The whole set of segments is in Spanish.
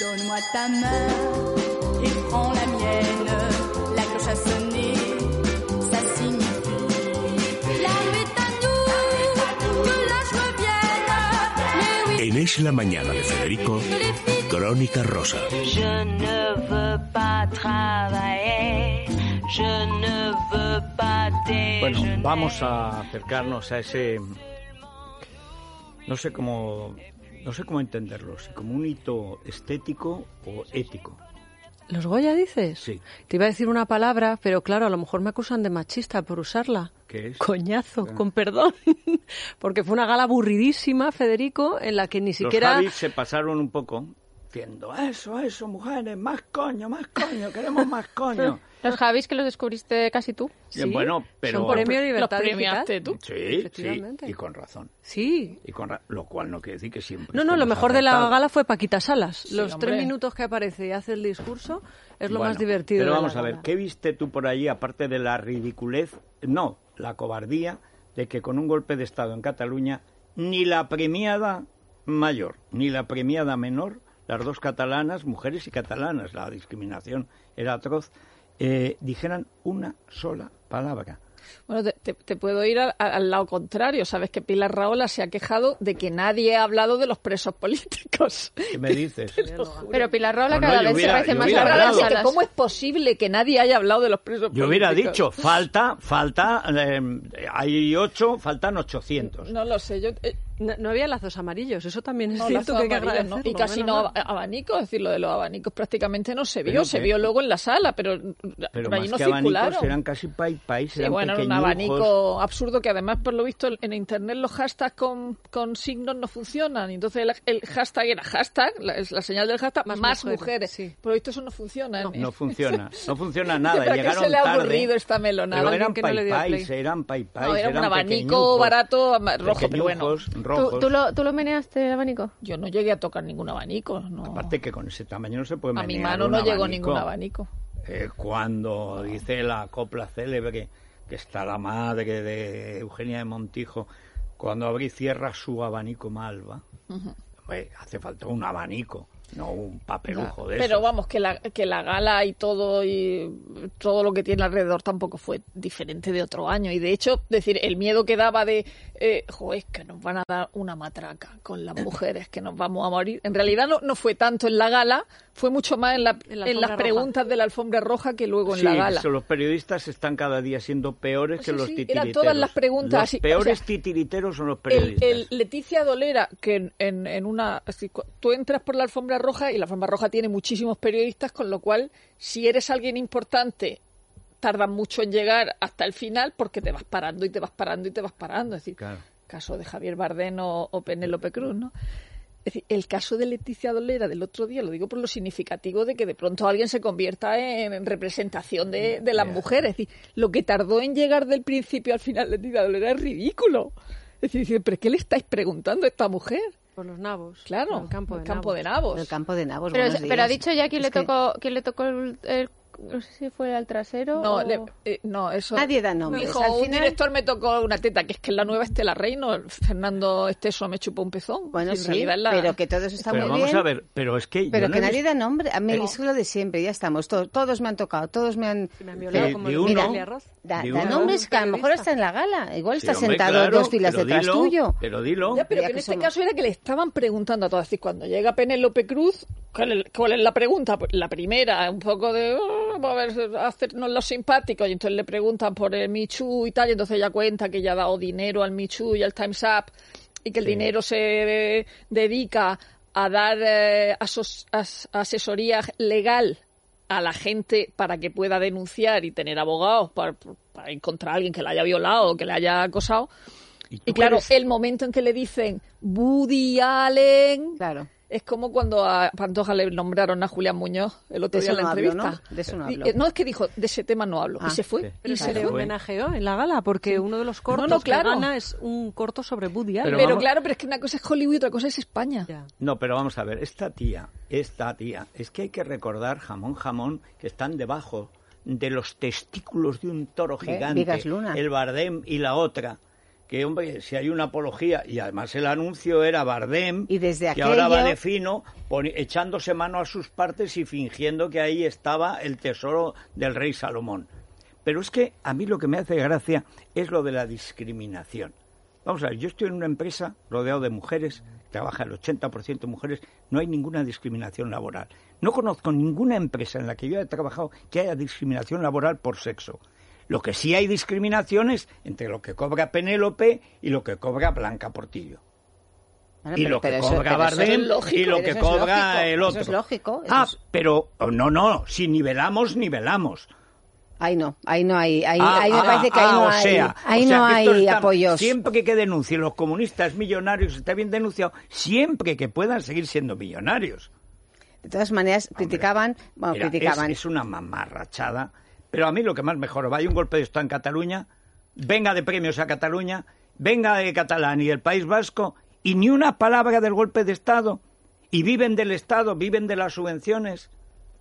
Donne-moi ta main et prends la mienne. La cloche a sonné, ça signifie. L'âme est à nous, que l'âge revienne. Mais oui, En Es la Mañana de Federico, que les filles Crónica Rosa. Je ne veux pas travailler, je ne veux pas Bueno, déjeuner. vamos a acercarnos a ese no sé cómo no sé cómo entenderlo, si como un hito estético o ético. ¿Los Goya dices? Sí. Te iba a decir una palabra, pero claro, a lo mejor me acusan de machista por usarla. ¿Qué es? Pues Coñazo, Eh. con perdón. Porque fue una gala aburridísima, Federico, en la que ni Los siquiera... Javis se pasaron un poco diciendo eso, eso, mujeres, más coño, más coño, queremos más coño. Los Javis que los descubriste casi tú. Sí, eh, bueno, pero Son premio Los Libertad Digital. premiaste tú. sí, sí, Efectivamente. y con razón. Sí. Y con ra- lo cual no quiere decir Pues que siempre No, no, lo estemos mejor de la acertados. gala fue Paquita Salas. Los hombre. tres minutos que aparece y hace el discurso es lo Bueno, más divertido. Pero de la vamos a ver, gala. ¿qué viste tú por allí, aparte de la ridiculez, no, la cobardía, de que con un golpe de Estado en Cataluña, ni la premiada mayor, ni la premiada menor, las dos catalanas, mujeres y catalanas, la discriminación era atroz, eh, dijeran una sola palabra. Bueno, te, te- te puedo ir al, al lado contrario. Sabes que Pilar Raola se ha quejado de que nadie ha hablado de los presos políticos. ¿Qué me dices? Pero Pilar Raola No, no, cada yo vez se hubiera- parece yo más a hubiera Raola hablado. Raola. Salas. ¿Cómo es posible que nadie haya hablado de los presos políticos? Yo hubiera dicho, falta, falta, eh, hay ocho, faltan 800. No lo sé, yo... eh, No, no había lazos amarillos, eso también es no, cierto las que hay que amarillas, ¿no? agradecerlo, Y casi no menos ab- mal. abanicos, es decir, lo de los abanicos prácticamente no se vio, Pero se que- vio luego en la sala, pero, Pero por allí más no que circularon. abanicos eran casi pay pay, Sí, bueno, era un abanico absurdo que además, por lo visto, en internet los hashtags con, con signos no funcionan. Y Entonces el, el hashtag era hashtag, la, es la señal del hashtag, más, Más mujeres. mujeres, sí. Por lo visto eso no funciona. ¿eh? No funciona, no funciona ¿Para nada. qué Llegaron se le ha tarde, aburrido esta melonada? Pero Alguien eran que no le pay dio pais, play. eran pay pais, No, era un eran abanico pequeñujos, barato ama- rojo, pero bueno. pequeñujos, ¿Tú, rojos. tú lo, ¿Tú lo meneaste el abanico? Yo no llegué a tocar ningún abanico. No. Aparte que con ese tamaño no se puede a mi menear mano un no llegó abanico. ningún abanico. Eh, cuando dice la copla célebre que, que está la madre de Eugenia de Montijo, cuando abre y cierra su abanico malva, hombre, hace falta un abanico, no un papelujo de Pero esos. vamos, que la, que la gala y todo y todo lo que tiene alrededor tampoco fue diferente de otro año. Y de hecho, decir, el miedo que daba de, eh, jo, es que nos van a dar una matraca con las mujeres, que nos vamos a morir. En realidad no, no fue tanto en la gala, fue mucho más en, la- En la en las alfombra roja. preguntas de la alfombra roja que luego en la Sí, gala. so- los periodistas están cada día siendo peores Sí, que los sí, eran titiriteros. todas las preguntas Los así, o peores sea, titiriteros son los El, periodistas. el Leticia Dolera, que en, en- en una. así, cu- tú entras por la alfombra roja y la alfombra roja tiene muchísimos periodistas, con lo cual, si eres alguien importante, tardan mucho en llegar hasta el final porque te vas parando y te vas parando y te vas parando. Es decir, Claro. caso de Javier Bardem o, o Penélope Cruz, ¿no? Es decir, el caso de Leticia Dolera del otro día, lo digo por lo significativo de que de pronto alguien se convierta en, en representación de, de las mujeres. Es decir, lo que tardó en llegar del principio al final Leticia Dolera es ridículo. Es decir, ¿pero qué le estáis preguntando a esta mujer? Por los nabos. Claro, por el campo de de nabos. nabos. El campo de Nabos, Pero, Ah, buenos es- pero ha días. dicho ya quién Es le que tocó, quién le tocó el, el- No sé si fue al trasero. No, o- le- eh, no, eso. Nadie da nombres. Dijo, Al un final- director me tocó una teta, que es que en la nueva Estela Reino, Fernando Esteso me chupó un pezón. Bueno, En sí, realidad la- pero que todos están Pero muy vamos bien. a ver, pero es que. Pero yo no que he nadie visto- Eh, da nombre. A mí Pero- es lo de siempre, ya estamos. to- todos me han tocado, todos me han... Me han violado Eh, como de el uno- de arroz. Da, De da un- nombres que a lo periodista. mejor está en la gala. Igual Sí, está hombre, sentado claro, dos filas pero detrás dilo, tuyo. Pero dilo. Ya, pero Ya que en que este somos- caso era que le estaban preguntando a todas. Es decir, cuando llega Penélope Cruz, ¿cuál es, cuál es la pregunta? Pues la primera, un poco de, "Oh, a ver, hacernos los simpáticos. Y entonces le preguntan por el Michu y tal, y entonces ella cuenta que ya ha dado dinero al Michu y al Time's Up, y que el dinero se dedica a dar eh, asos- as- asesoría legal a la gente para que pueda denunciar y tener abogados para, para encontrar a alguien que la haya violado o que la haya acosado. Y claro, eh. el momento en que le dicen Woody Allen Claro. es como cuando a Pantoja le nombraron a Julián Muñoz el otro De día eso en la no hablo, entrevista. ¿no? De eso no Y- hablo. eh, no, es que dijo, de ese tema no hablo. Ah, y se fue. sí. Pero y se se le fue. Claro. homenajeó en la gala, porque uno de los cortos no, claro. que gana es un corto sobre Woody Allen. Pero, Pero vamos- claro, pero es que una cosa es Hollywood y otra cosa es España. Ya. No, pero vamos a ver, esta tía, esta tía, es que hay que recordar jamón, jamón, que están debajo de los testículos de un toro gigante. Vigas Luna. El Bardem y la otra. que, hombre, si hay una apología, y además el anuncio era Bardem, Y desde que ahora va aquello- de fino, poni- echándose mano a sus partes y fingiendo que ahí estaba el tesoro del rey Salomón. Pero es que a mí lo que me hace gracia es lo de la discriminación. Vamos a ver, yo estoy en una empresa rodeado de mujeres, trabaja el 80% de mujeres, no hay ninguna discriminación laboral. No conozco ninguna empresa en la que yo haya trabajado que haya discriminación laboral por sexo. Lo que sí hay discriminación es entre lo que cobra Penélope y lo que cobra Blanca Portillo. Bueno, Y pero- lo que pero eso- cobra pero eso es Bardem lógico, y lo pero que eso es cobra lógico, el eso otro. es lógico, eso Ah, es- pero oh, no, no, si nivelamos, nivelamos. Ahí no, ahí no hay, ahí, Ah, ahí me ah, parece que ahí ah, no o hay, sea, ahí o sea, no que esto hay está- apoyos. Siempre que denuncien los comunistas millonarios, está bien denunciado, siempre que puedan seguir siendo millonarios. De todas maneras, criticaban, bueno, Mira, es- criticaban. Es, una mamarrachada, pero a mí lo que más me joroba, hay un golpe de Estado en Cataluña, venga de premios a Cataluña, venga de Catalán y del País Vasco, y ni una palabra del golpe de Estado. Y viven del Estado, viven de las subvenciones.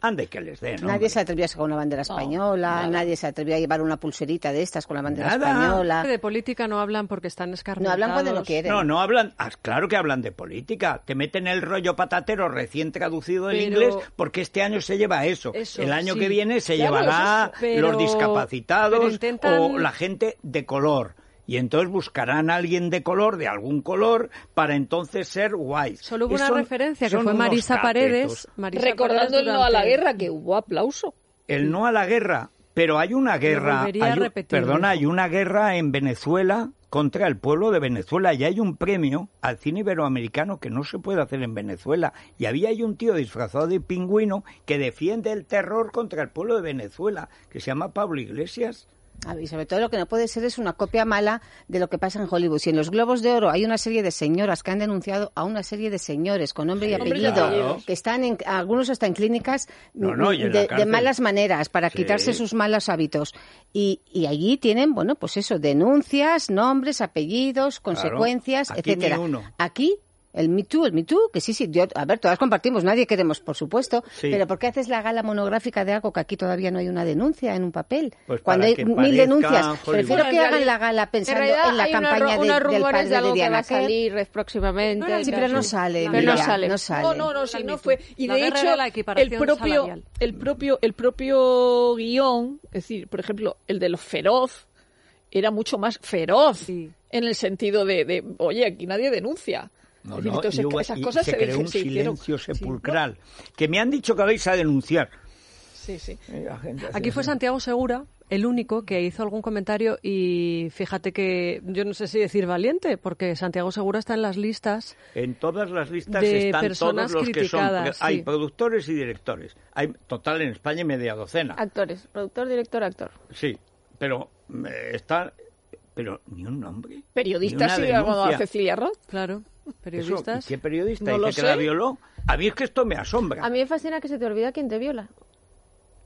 Ande que les den. Nadie hombre. se atrevía a sacar una bandera española, nadie se atrevía a llevar una pulserita de estas con la bandera Nada. española. De política no hablan porque están No escarmentados. hablan cuando no quieren. No, no hablan. ah, claro que hablan de política. Te meten el rollo patatero recién traducido del Pero- inglés porque este año se lleva eso. Eso, el año sí. que viene se Claro, llevará es eso. Pero- los discapacitados pero intentan- o la gente de color. Y entonces buscarán a alguien de color, de algún color, para entonces ser guays. Solo hubo una Son- referencia que son fue unos Marisa catetos. Paredes. Marisa Recordando Paredes el no a la durante- guerra, que hubo aplauso. el no a la guerra, pero hay una guerra, volvería hay a un- repetir, perdona, dijo. hay una guerra en Venezuela contra el pueblo de Venezuela y hay un premio al cine iberoamericano que no se puede hacer en Venezuela y había ahí un tío disfrazado de pingüino que defiende el terror contra el pueblo de Venezuela que se llama Pablo Iglesias. A ver, Ah, Y sobre todo lo que no puede ser es una copia mala de lo que pasa en Hollywood. Si en los Globos de Oro hay una serie de señoras que han denunciado a una serie de señores con nombre y Hombre y apellido, apellidos. que están en, algunos hasta en clínicas No, no, y en la de, de cárcel. malas maneras para Sí. quitarse sus malos hábitos. Y, y allí tienen, bueno, pues eso, denuncias, nombres, apellidos, consecuencias, Aquí ni etcétera. uno. Aquí el Me Too, el Me Too, que sí, sí, yo- a ver, todas compartimos, nadie queremos, por supuesto, Sí. pero ¿por qué haces la gala monográfica de algo que aquí todavía no hay una denuncia en un papel? Pues Cuando para hay que mil parezca denuncias, Hollywood. prefiero Bueno, que en hagan realidad- la gala pensando realidad en la hay una campaña ru- de- unos del rumores padre de algo de que va Diana a Kerr. salir res- próximamente. No, no, y sí, tal. pero no sale, Pero no Mireia, sale. no sale. No, no, no, si no fue. Y La de guerra hecho, de la el equiparación propio, salarial. el propio, el propio guión, es decir, por ejemplo, el de los feroz, era mucho más feroz Sí. en el sentido de, de, oye, aquí nadie denuncia. No, Es decir, no, entonces, y hubo- esas y cosas se, se, creó un se hicieron. silencio sepulcral que me han dicho que vais a denunciar. Sí, sí. Aquí fue Santiago Segura el único que hizo algún comentario y fíjate que yo no sé si decir valiente, porque Santiago Segura está en las listas. En todas las listas De están todos personas los que son. criticadas, Hay sí. productores y directores. Hay total en España media docena. Actores, productor, director, actor. Sí, pero eh, está. Pero ni un nombre. Periodistas, ni sí, una como a denuncia. Cecilia Roth. Claro, Eso, periodistas. ¿y ¿Qué periodista No lo dice que la sé. violó? A mí es que esto me asombra. A mí me fascina que se te olvida quién te viola.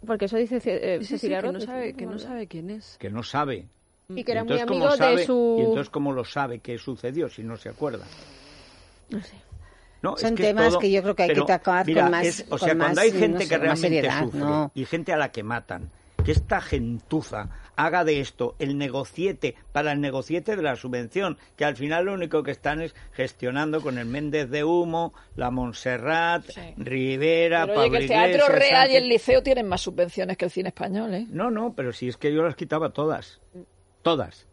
Porque eso dice eh, Sí, sí, sí, Cecilia que Roth, no dice, sabe, que no bueno, sabe quién es. Que no sabe. Y que era muy Entonces, ¿cómo amigo sabe- de Y su... entonces, ¿cómo lo sabe qué sucedió si no se acuerda? No sé. No, Son es que es temas todo- que yo creo que hay que pero, atacar mira, con más- es- o con sea, cuando más, hay gente no sé, que más realmente seriedad, sufre no. y gente a la que matan, que esta gentuza haga de esto el negociete para el negociete de la subvención, que al final lo único que están es gestionando con el Méndez de Humo, la Montserrat, Rivera, Pero oye, que Pablo el Teatro Iglesias, Real y Sánchez. el Liceo tienen más subvenciones que el cine español, ¿eh? No, no, pero si es que yo las quitaba todas. Todas.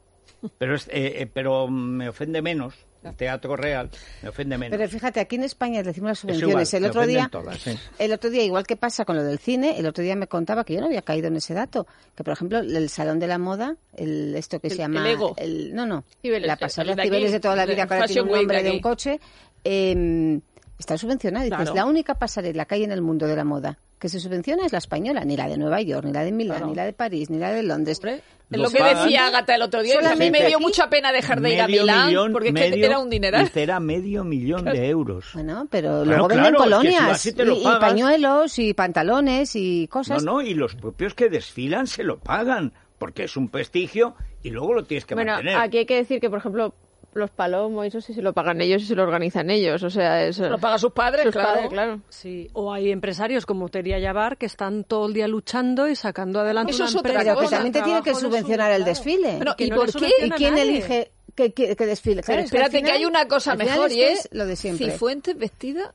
Pero, es- eh, eh, pero me ofende menos el teatro real, me ofende menos. Pero fíjate, aquí en España le decimos las Es igual, subvenciones. el te otro ofenden día, todas, ¿eh? el otro día, igual que pasa con lo del cine, el otro día me contaba que yo no había caído en ese dato, que por ejemplo el salón de la moda, el esto que El- se llama, el Ego. el- no, no, Cibeles, la el- pasarela el de aquí, Cibeles de toda la el vida, que ahora tiene Fashion un Week de nombre de un aquí. coche, eh, está subvencionada. Dices, Claro. la única pasarela que hay en el mundo de la moda que se subvenciona es la española, ni la de Nueva York, ni la de Milán, Claro. ni la de París, ni la de Londres. Es Lo lo que pagan. decía Ágata el otro día. y A mí Solamente me dio aquí, mucha pena dejar de ir a Medio Milán millón, porque es que medio- era un dineral. dice, era medio millón de euros. Bueno, pero Bueno, luego venden claro, es que si colonias así te lo y- y, pagas. pañuelos y pantalones y pues No, cosas. no, y los propios que desfilan se lo pagan, porque es un prestigio y luego lo tienes que Bueno, mantener. aquí hay que decir que, por ejemplo, los palomos, eso sí se lo pagan ellos y se lo organizan ellos. O sea, eso... Lo pagan sus padres, Sus claro. padres, claro. Sí, o hay empresarios como Teria Yabar que están todo el día luchando y sacando adelante Eso una es otra empresa. Pero que cosa. también te tiene que Trabajo de su- subvencionar el claro. desfile. Bueno, Que ¿y no le por qué? subvenciona ¿Y quién nadie. elige que, que, que desfile. Claro, es que al espérate, que, final- hay una cosa al final mejor y esto es lo de siempre. Cifuentes vestida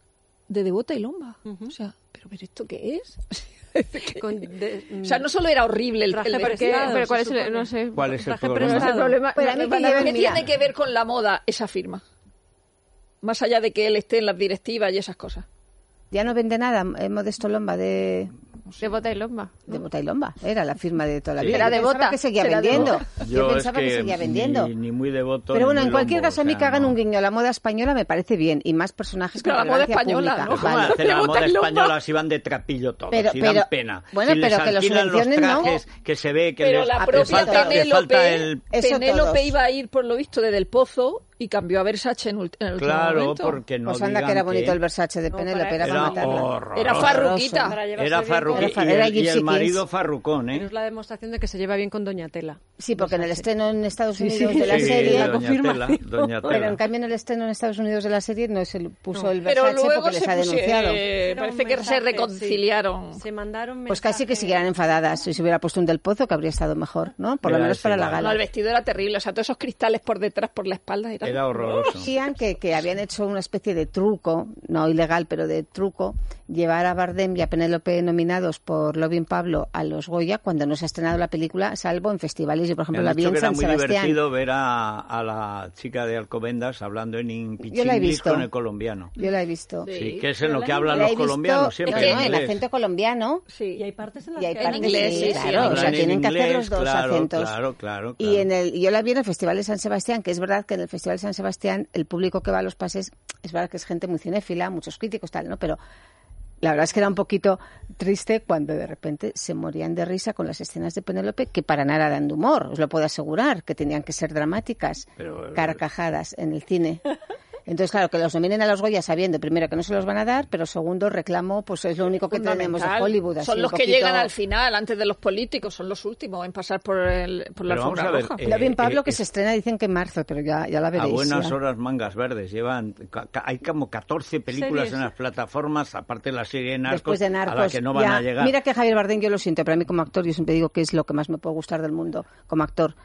de devota y lomba. O sea, ¿pero, pero esto qué es? Con- de- mm, o sea, no solo era horrible el, Traje el porque- vestido, Claro, pero se ¿cuál es supone. el, no sé, ¿Cuál es el Traje este problema? ¿cuál es el prestado. problema? Pero a No, mí no, que no, lleven- ¿Qué mira. tiene que ver con la moda esa firma? Más allá de que él esté en las directivas y esas cosas. Ya no vende nada eh, Modesto Lomba de, de bota y lomba. de Bota y Lomba. Era la firma de toda la Sí. vida. Era Yo devota, pensaba que seguía será vendiendo. devota. Yo pensaba que, seguía vendiendo. Ni, ni muy devoto. Pero ni bueno, muy en cualquier lombo, caso, o a mí sea, que hagan no. un guiño a la moda española me parece bien. Y más personajes con Pero la moda relevancia española, pública. ¿no? ¿Cómo van a Vale. hacer la Devota moda y lomba. española si van de trapillo todos? Pero- si pero- dan pena. bueno, si les pero que lo alquilan subvencionen, los ¿no? trajes, que se ve que Pero les, la les propia falta, les falta Penélope, el... Eso Penélope todos. iba a ir por lo visto desde el pozo y cambió a Versace en, ult- en el último Claro, momento. porque no Pues anda que digan era bonito que el Versace de No, Penélope, para- era para Era matarla. horroroso. Era farruquita. para llevarse Era bien farruquí Era fa- y, era el, y el Gypsy marido Kings. farrucón, con- ¿eh? Es la demostración de que se lleva bien con Doñatela. Sí, porque en el estreno en Estados Sí, Unidos sí. de la Sí, serie... la Doña confirma. Tela, Doña Pero en Tela. cambio en el estreno en Estados Unidos de la serie no se le puso el Pero Versace luego se porque les ha pusie- denunciado. eh, Era un parece que se mensaje, reconciliaron. sí. Se mandaron Pues casi que mensajes. siguieran enfadadas. Si se hubiera puesto un del pozo, que habría estado mejor, ¿no? Por lo Era menos para la desigual. No, el gala. vestido era terrible. O sea, todos esos cristales por detrás, por la espalda. Era, Era horroroso. Decían que, que habían hecho una especie de truco, no ilegal, pero de truco, llevar a Bardem y a Penélope nominados por Lovin Pablo a los Goya cuando no se ha estrenado la película, salvo en festivales. Yo, por Me ejemplo, han la vi dicho en que era San muy Sebastián. divertido ver a, a la chica de Alcobendas hablando en Yo la he impichinglis visto. con el colombiano. Yo la he visto. Sí, que es en lo que hablan La he los visto- colombianos siempre. No, en no, el inglés. acento colombiano. Y hay partes en las Y hay que... En partes- inglés, sí, sí, sí, claro, o hablan sea, en tienen que hacer inglés, los dos claro, acentos. claro, claro, Y claro. en el, yo la vi en el Festival de San Sebastián, que es verdad que en el Festival de San Sebastián el público que va a los pases es verdad que es gente muy cinéfila, muchos críticos, tal, ¿no? Pero la verdad es que era un poquito triste cuando de repente se morían de risa con las escenas de Penélope, que para nada dan de humor, os lo puedo asegurar, que tenían que ser dramáticas, Pero, eh, carcajadas en el cine. Entonces, claro, que los nominen a los Goya sabiendo, primero, que no se los van a dar, pero segundo, reclamo, pues es lo único que tenemos de Fundamental. Hollywood. así Son un los que poquito- llegan al final, antes de los políticos, son los últimos en pasar por, el, por la Pero vamos alfombra a ver, roja. eh, La bien Pablo, que es- Ah, se estrena, dicen que en marzo, pero ya, ya la A veréis. buenas ya. horas mangas verdes. Llevan ca- ca- hay como 14 películas Series. en las plataformas, aparte de la serie de Narcos, Después de a la Narcos. que no van ya. a llegar. Mira que Javier Bardem, yo lo siento, pero a mí como actor, yo siempre digo que es lo que más me puede gustar del mundo, como actor.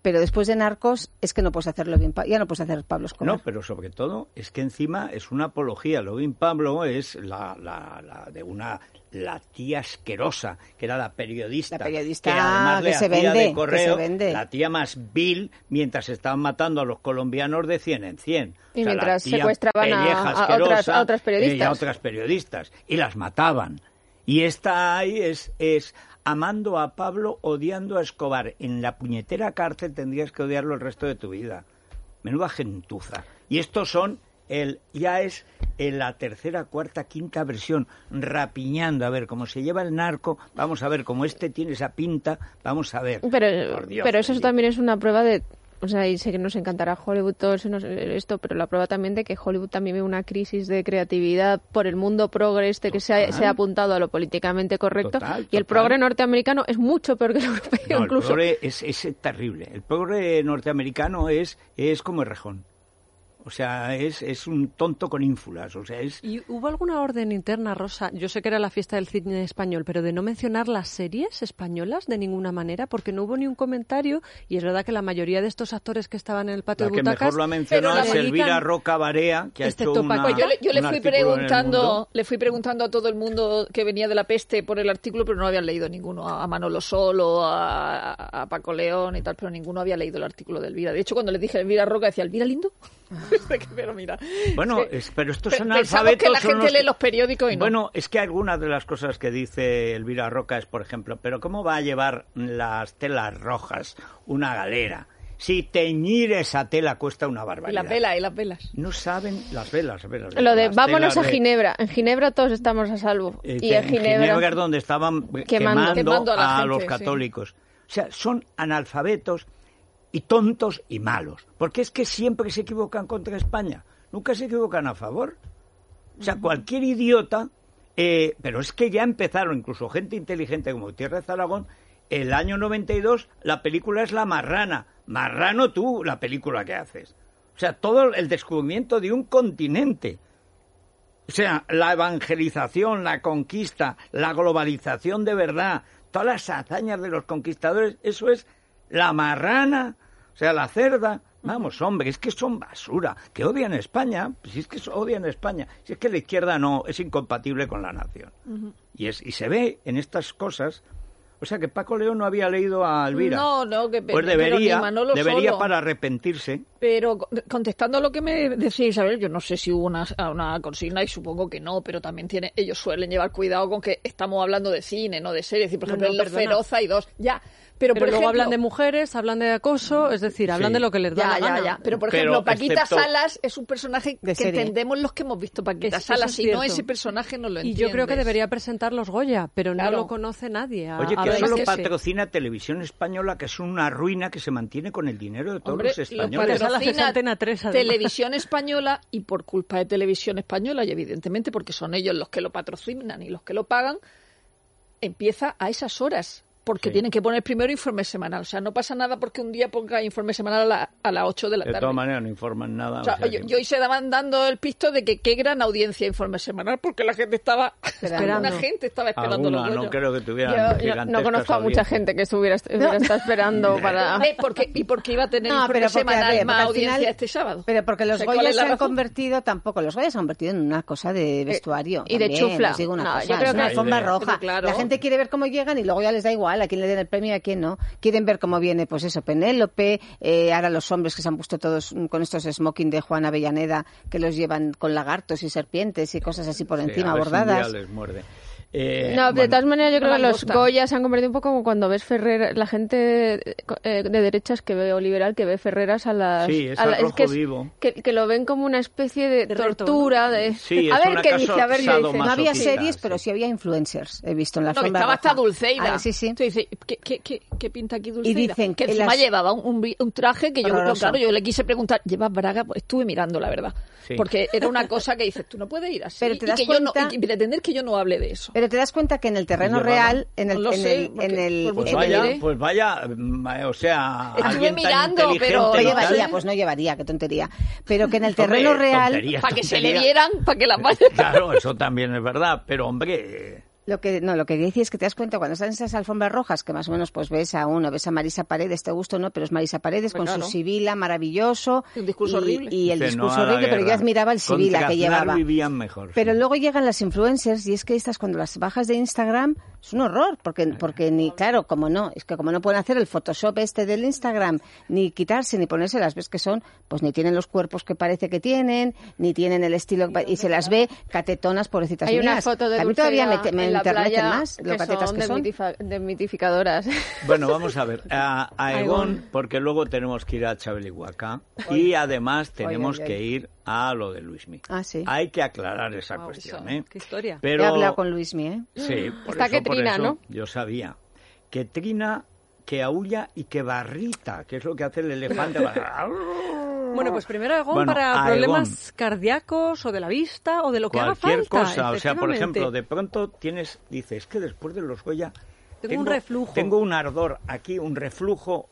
Pero después de Narcos, es que no puedes hacerlo bien. pa- Ya no puedes hacer Pablo Escobar. No, pero sobre todo es que encima es una apología. Lovin Pablo es la, la- la de una la tía asquerosa, que era la periodista. La periodista que, además que le se hacía vende, de que correo, se vende. La tía más vil mientras estaban matando a los colombianos de 100 en 100. Y la mientras tía secuestraban a- pelleja a otras- asquerosa, a otras periodistas. eh, y a otras periodistas. Y las mataban. Y esta ahí es, es amando a Pablo, odiando a Escobar. En la puñetera cárcel tendrías que odiarlo el resto de tu vida. Menuda gentuza. Y estos son el ya es en la tercera, cuarta, quinta versión, rapiñando, a ver cómo se lleva el narco, vamos a ver cómo este tiene esa pinta, vamos a ver. Pero, Por Dios, pero eso bendito. también es una prueba de... O sea, y sé que nos encantará Hollywood todo eso, nos- esto, pero la prueba también de que Hollywood también ve una crisis de creatividad por el mundo progre este que se ha, Total. se ha apuntado a lo políticamente correcto. Total, Y total. el progre norteamericano es mucho peor que el europeo No, El incluso. progre es, es terrible. El progre norteamericano es, es como el rejón. O sea, es, es un tonto con ínfulas. O sea, es. ¿Y hubo alguna orden interna, Rosa? Yo sé que era la fiesta del cine español, pero de no mencionar las series españolas de ninguna manera, porque no hubo ni un comentario, y es verdad que la mayoría de estos actores que estaban en el patio La de que butacas... mejor lo ha mencionado pero es se Elvira dedican- Roca Barea, que ha hecho excepto una, Paco. Pues Yo le, yo le Ah. un fui artículo en El Mundo. preguntando, le fui preguntando a todo el mundo que venía de la peste por el artículo, pero no habían leído ninguno. A a Manolo Solo, a, a Paco León y tal, pero ninguno había leído el artículo de Elvira. De hecho, cuando le dije a Elvira Roca, decía, ¿Elvira Lindo? pero mira. Ah. Bueno, es que- es- pero estos pe- son pensamos alfabetos. que la son gente lee los periódicos y no. Bueno, es que algunas de las cosas que dice Elvira Roca es, por ejemplo, pero ¿cómo va a llevar las telas rojas una galera? Si teñir esa tela cuesta una y barbaridad. las velas, y las velas. No saben las velas, velas. Lo de las vámonos telas a de- Ginebra. En Ginebra todos estamos a salvo. eh, y que en Ginebra... es donde estaban eh, quemando, Quemando a a, la gente, los sí. católicos. O sea, son analfabetos y tontos y malos. Porque es que siempre se equivocan contra España. Nunca se equivocan a favor. O sea, cualquier idiota. eh, pero es que ya empezaron, incluso gente inteligente como Gutiérrez Aragón. El año 92, la película es La Marrana. Marrano tú, la película que haces. O sea, todo el descubrimiento de un continente. O sea, la evangelización, la conquista, la globalización de verdad, todas las hazañas de los conquistadores, eso es la marrana, o sea, la cerda, Vamos, hombre, es que son basura. Que odian España, si es que so- odian España. Si es que la izquierda no, es incompatible con la nación. y, es, y se ve en estas cosas. O sea que Paco León no había leído a Elvira. No, no, que pe- Pues pero ni debería, Manolo debería solo. para arrepentirse. Pero co- contestando a lo que me decía Isabel, yo no sé si hubo una, a una consigna y supongo que no, pero también tiene, ellos suelen llevar cuidado con que estamos hablando de cine, no de series. Y, por No, ejemplo, no, en Los perdona. Feroz hay dos. Ya, pero, Pero por luego ejemplo, hablan de mujeres, hablan de acoso, es decir, hablan Sí. de lo que les da Ya, la ya, gana. ya. Pero, por Pero ejemplo, Paquita excepto- Salas es un personaje De que serie. entendemos los que hemos visto Paquita Eso- eso Salas. es Si no, cierto. ese personaje no lo Y entiendes. yo creo que debería presentar los Goya, pero Claro. no lo conoce nadie. A- Oye, a que ver, solo es que sí. patrocina Televisión Española, que es una ruina que se mantiene con el dinero de todos Hombre, los lo españoles. patrocina- Salas es patrocina Antena 3, además. Televisión Española y por culpa de Televisión Española, y evidentemente porque son ellos los que lo patrocinan y los que lo pagan, empieza a esas horas. Porque Sí. tienen que poner primero informe semanal. O sea, no pasa nada porque un día ponga informe semanal a, la- a las 8 de la De tarde. todas maneras, no informan nada. O sea, o sea yo, que- yo hoy se daban dando el pisto de que qué gran audiencia informe semanal porque la gente estaba Esperando. alguna gente estaba esperando Alguna, los no Goya. creo que Yo- tuvieran yo no conozco a mucha gente que estuviera, estuviera está esperando para... Eh, porque, y porque iba a tener informe semanal a ver, más porque al audiencia final- este sábado. Pero porque O los sea, ¿cuál Goya es se la han razón? Eh, convertido, tampoco, los Goya se han convertido en una cosa de vestuario. y de también, chufla. os digo una No, cosa, yo creo es una que- alfombra Sí, roja. claro. La gente quiere ver cómo llegan y luego ya les da igual a quién le den el premio y a quién no. Quieren ver cómo viene, pues eso, Penélope, eh, ahora los hombres que se han puesto todos mm, con estos smoking de Juana Avellaneda que los llevan con lagartos y serpientes y cosas así por Sí, encima a ver si un día bordadas. les muerde. Eh, No, de bueno, todas maneras yo creo Una que los langosta. Goya se han convertido un poco como cuando ves Ferreras, la gente eh, co- eh, de derechas que ve o liberal que ve Ferreras a las... Sí, es a la- al rojo que, es- vivo. que, que lo ven como una especie de, De reto, tortura, de... Sí, a es ver una qué caso- dice, a ver qué dice. No había Masoquista, series, sí. pero sí había influencers, he visto en la No, que alfombra estaba roja. hasta Dulceida. Ah, sí, sí. Entonces dice, ¿qué, qué, qué, qué pinta aquí Dulceida? dicen que que encima las- llevaba un, un- un traje que yo, Horroroso. claro, yo le quise preguntar, ¿llevas braga? Pues estuve mirando, la verdad. Sí. Porque era una cosa que dices, tú no puedes ir así. Pero te y das que yo no, cuenta- y pretender que yo no hable de eso. Pero te das cuenta que en el terreno Pues Llevaba- real, en el, No lo en sé, el- porque en el- por mucho Pues en que el- vaya, diré. pues vaya, mm, eh, o sea, Estuve alguien tan mirando, inteligente pero- No y tal. llevaría, pues no llevaría, qué tontería. Pero que en el terreno Hombre, real, tontería, Para que se le tontería. dieran, para que la vaya. Claro, eso también es verdad, pero hombre, eh, lo que no, lo que decía es que te das cuenta cuando están esas alfombras rojas, que más o menos pues ves a uno, ves a Marisa Paredes, te gusta o no, pero es Marisa Paredes con Pues claro. su Sibila maravilloso. Y un discurso y- horrible. Y el dice, no discurso a la horrible, pero yo guerra. admiraba el Sibila Contra que Aznar llevaba. vivían mejor. Pero luego llegan las influencers y es que estas cuando las bajas de Instagram es un horror, porque, porque ni, claro, como no, es que como no pueden hacer el Photoshop este del Instagram, ni quitarse, ni ponerse, las ves que son, pues ni tienen los cuerpos que parece que tienen, ni tienen el estilo, que pa- y se las ve catetonas, pobrecitas Hay una mías. foto de También todavía me, Dulceida te- me en la enternecen playa más lo que catetas son que son. desmitifa- desmitificadoras. Bueno, vamos a ver. A, a Egon, porque luego tenemos que ir a Chabelihuacá y además tenemos oye, oye. que ir a lo de Luismi. Ah, sí. Hay que aclarar esa Guau, cuestión, eso, ¿eh? qué historia. Pero, He hablado con Luismi, ¿eh? Sí, por Está eso, que por trina, eso ¿no? Yo sabía. Que trina, que aulla y que barrita, que es lo que hace el elefante. Bueno, pues primero Egon Bueno, para a problemas cardíacos o de la vista o de lo que haga cualquier falta. cosa. O sea, por efectivamente. ejemplo, de pronto tienes, dices, es que después de los Goya... Tengo un reflujo". Tengo un ardor aquí, un reflujo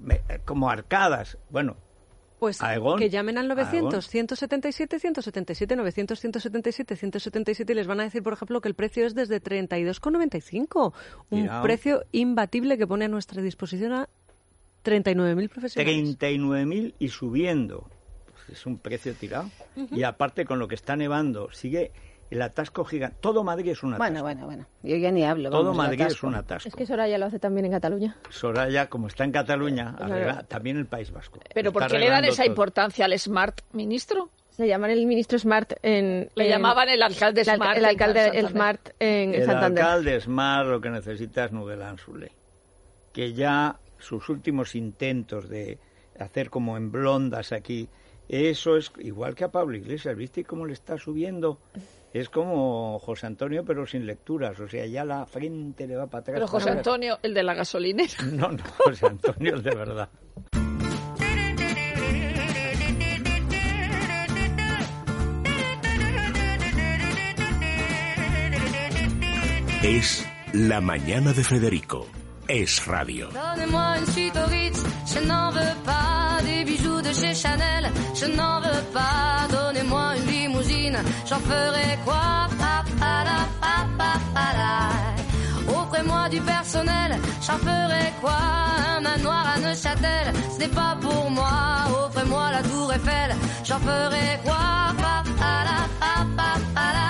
me- eh, como arcadas. Bueno, Pues a Egon, que llamen al a 900, Egon. 177, 177, 900, 177, 177 y les van a decir, por ejemplo, que el precio es desde 32,95. Un Mirao. precio imbatible que pone a nuestra disposición a 39.000 profesionales. 39.000 y subiendo. Pues es un precio tirado. Y aparte con lo que está nevando, sigue el atasco gigante. Todo Madrid es un atasco. Bueno, bueno, bueno. Yo ya ni hablo. Todo vamos, del Madrid es atasco. un atasco. es que Soraya lo hace también en Cataluña. Soraya, como está en Cataluña, Claro. arregla- también el País Vasco. Pero Está ¿por qué le dan arreglando esa todo. importancia al Smart Ministro? Se llaman el ministro Smart en... Le en- llamaban el alcalde Eh, el alca- Smart. el en alcalde el Santander. Smart en El Santander. alcalde es más lo que necesita es Nudelán su ley. Que ya sus últimos intentos de hacer como en blondas aquí, eso es igual que a Pablo Iglesias, ¿viste cómo le está subiendo? Es como José Antonio, pero sin lecturas, o sea, ya la frente le va para atrás. Pero José para atrás. Antonio, el de la gasolinera. No, no, José Antonio es de verdad. Es la mañana de Federico. Es radio. Donnez-moi une suite au Ritz, je n'en veux pas des bijoux de chez Chanel, je n'en veux pas. Donnez-moi une limousine, j'en ferai quoi pa, pa, la, pa, pa, pa, la. Au pré moi du personnel, j'en ferai quoi Un manoir à Neuchâtel, ce n'est pas pour moi. Offrez-moi la tour Eiffel, j'en ferai quoi Pa, pa, la, pa, pa, pa, la.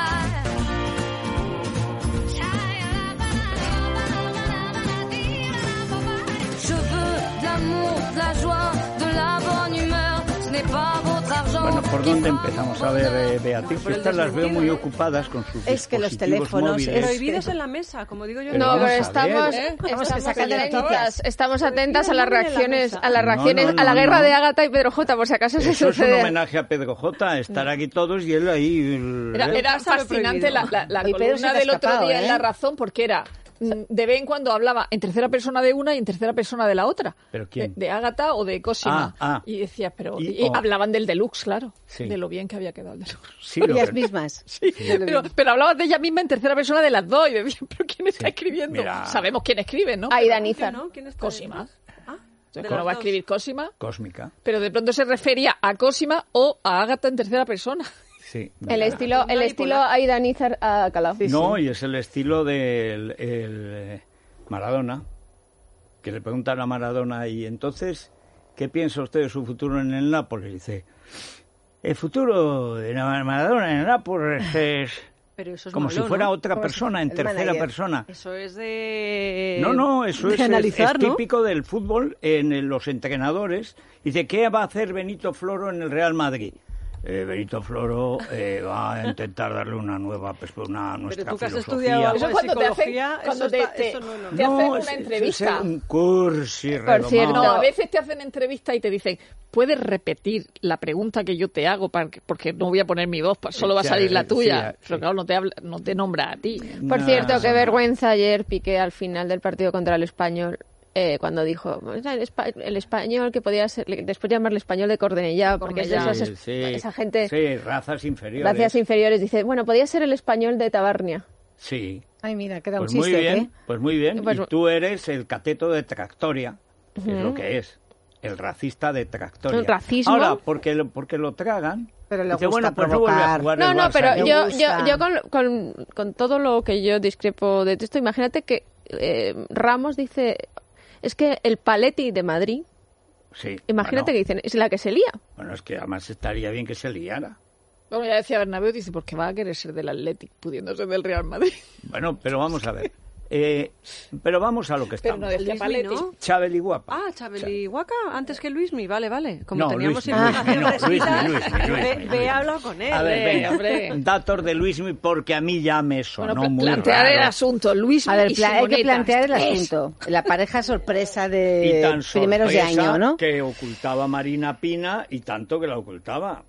Je veux de l'amour, de la joie, de la bonne humeur. Ce n'est pas votre argent. Bueno, ¿por qui dónde fera empezamos? mon A ver, bonheur. eh, Beatriz, Por el estas las veo muy desnudo. ocupadas con sus Es que los dispositivos teléfonos, móviles. es- Prohibidos en la mesa, como digo yo. en Pero la No, vamos pero mesa. a estamos, ver, ¿eh? estamos Estamos atentas. atentas, estamos atentas a las Pero reacciones, mira, a las no, reacciones, no, a la no, guerra no. de Ágata y Pedro J, por si acaso se Eso es un sucede. homenaje a Pedro J, estar aquí todos y él ahí... el- Era, ¿eh? era Pásalo fascinante prohibido. la, la, la Hoy Pedro se columna te ha del otro escapado, día en ¿eh? La Razón, porque era mm, de vez en cuando hablaba en tercera persona de una y en tercera persona de la otra. ¿Pero quién? De, de Ágata o de Cosima. Ah, ah. Y decías, pero. Y- y oh. hablaban del deluxe, claro. Sí. De lo bien que había quedado el deluxe. Sí, lo Ellas que- mismas. Pero, pero hablabas de ella misma en tercera persona de las dos y decías, pero ¿quién está escribiendo? Mira. Sabemos quién escribe, ¿no? Ahí ¿Quién, Danizar. no? ¿Quién está Cosima. detrás? Ah, de Entonces, las ¿Cómo va a dos. escribir Cosima? Cósmica, Pero de pronto se refería a Cosima o a Ágata en tercera persona. sí. El mira. estilo, el Manipular. estilo Aida Nizar a Calaf. No, y es el estilo del el, eh, Maradona, que le preguntan a Maradona, y entonces, ¿qué piensa usted de su futuro en el Nápoles? Y Dice, el futuro de Na- Maradona en el Nápoles es Pero eso es como malo, si fuera ¿no? otra Como si- persona, en el tercera manager. persona. Eso es de. No, no, eso de es, es- analizar, es ¿no? típico del fútbol en el- los entrenadores. Dice, ¿qué va a hacer Benito Floro en el Real Madrid? Eh, Benito Floro eh, va a intentar darle una nueva persona a nuestra Pero tú que has filosofía. estudiado algo Eso de cuando te hacen- psicología, cuando eso te- está- te- eso no, no, te hacen una es- es entrevista. un cursi Por cierto. No, redomado. a veces te hacen entrevista y te dicen, ¿puedes repetir la pregunta que yo te hago? para que- porque no voy a poner mi voz, pa- solo va a Sí, salir la sí, tuya. sí. Pero claro, no te, habla, no te nombra a ti. Por No, cierto, qué no. vergüenza ayer Piqué al final del partido contra el español. eh, cuando dijo "Mira, el, espa- el español que podía ser, después llamarle español de Cordenella, porque es de Cornellá. esas Sí, es- sí. esa gente, Sí, razas inferiores. gracias inferiores, dice, bueno, podía ser el español de Tabarnia. Sí. Ay, mira, queda un Pues muy chiste, bien, ¿eh? pues muy bien. Pues- y tú eres el cateto de Tractoria, que es lo que es. El racista de Tractoria. El racismo. Ahora, porque lo, porque lo tragan. Pero le dice, gusta bueno, pues no vuelve a provocar. jugar el No, no, Barça pero aquí. yo, Me yo, gusta. yo con, con- con todo lo que yo discrepo de esto, imagínate que eh, Ramos dice, es que el Paletti de Madrid, Sí, imagínate que bueno, dicen, es la que se lía. Bueno, es que además estaría bien que se liara. Bueno, ya decía Bernabéu, dice, ¿por qué va a querer ser del Athletic pudiendo ser del Real Madrid? Bueno, pero vamos a ver. Eh, pero vamos a lo que Pero estamos. no decía Luismi, Paletti. ¿no? Chabeli guapa. Ah, Chabeli Huaca, antes que Luismi, vale, vale. Como No, teníamos Luismi, Luismi, no, información fresquita, Luismi, Luismi, Luismi, ve- Luismi. ve, habla con él. A ver, eh. venga, hombre. datos de Luismi porque a mí ya me sonó Bueno, pla- Pues muy pues plantear el raro. asunto, Luis. A ver, y pla- hay que Simoneta. plantear el Es- asunto. La pareja sorpresa Y de tan Eh, primeros de sorpresa año, ¿no? que ocultaba Marina Pina y tanto que la ocultaba.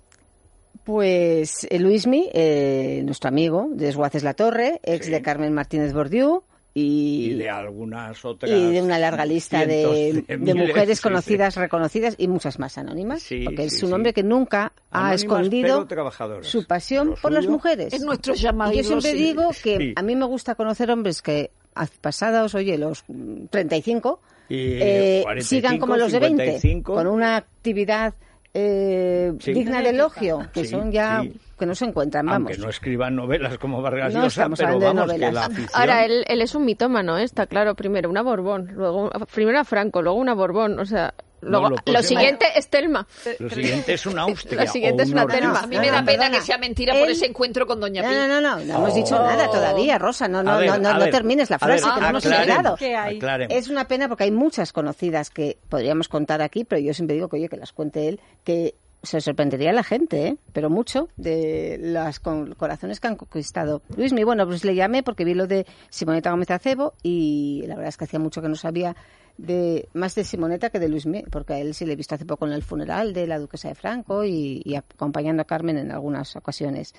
Pues eh, Luismi, eh, nuestro amigo de Esguaces La Torre, ex Sí. de Carmen Martínez Bordiú Y, y, de algunas otras. y de una larga lista de, cientos de miles, mujeres sí, conocidas, sí. reconocidas y muchas más anónimas, Sí, porque sí, es un sí. hombre que nunca ha Anónimas, escondido pero trabajadoras. su pasión Lo por las suyo. mujeres. Es nuestro Y llamado. yo siempre digo que sí. a mí me gusta conocer hombres que a- pasados, oye, los mm, 35, Y eh, 45, sigan como los de 20, 55. con una actividad eh, Sí. digna de elogio, que Sí, son ya, sí. que no se encuentran, vamos. Aunque no escriban novelas como Vargas No Llosa, estamos pero hablando de vamos, que la novelas. afición. Ahora, él, él es un mitómano, ¿eh? está claro. Primero una Borbón, luego primero una Franco, luego una Borbón. O sea, luego, lo lo, próximo- siguiente es Telma. Lo siguiente es una Austria. Lo siguiente o es una Ortiz. Telma. A mí me No, da no, pena perdona. que sea mentira por Él- ese encuentro con Doña No, Pi. no, no, no, no hemos dicho Oh. nada todavía, Rosa. No, A no, ver, no, no, a no ver, termines la a ver, frase que no hemos aclaremos, terminado. ¿Qué hay? aclaremos. Es una pena porque hay muchas conocidas que podríamos contar aquí, pero yo siempre digo que oye, que las cuente él, que se sorprendería la gente, ¿eh? pero mucho, de los corazones que han conquistado. Luis, mi bueno, pues le llamé porque vi lo de Simoneta Gómez Acebo y la verdad es que hacía mucho que no sabía de más de Simoneta que de Luis Mi, porque a él sí le he visto hace poco en el funeral de la duquesa de Franco y, y acompañando a Carmen en algunas ocasiones.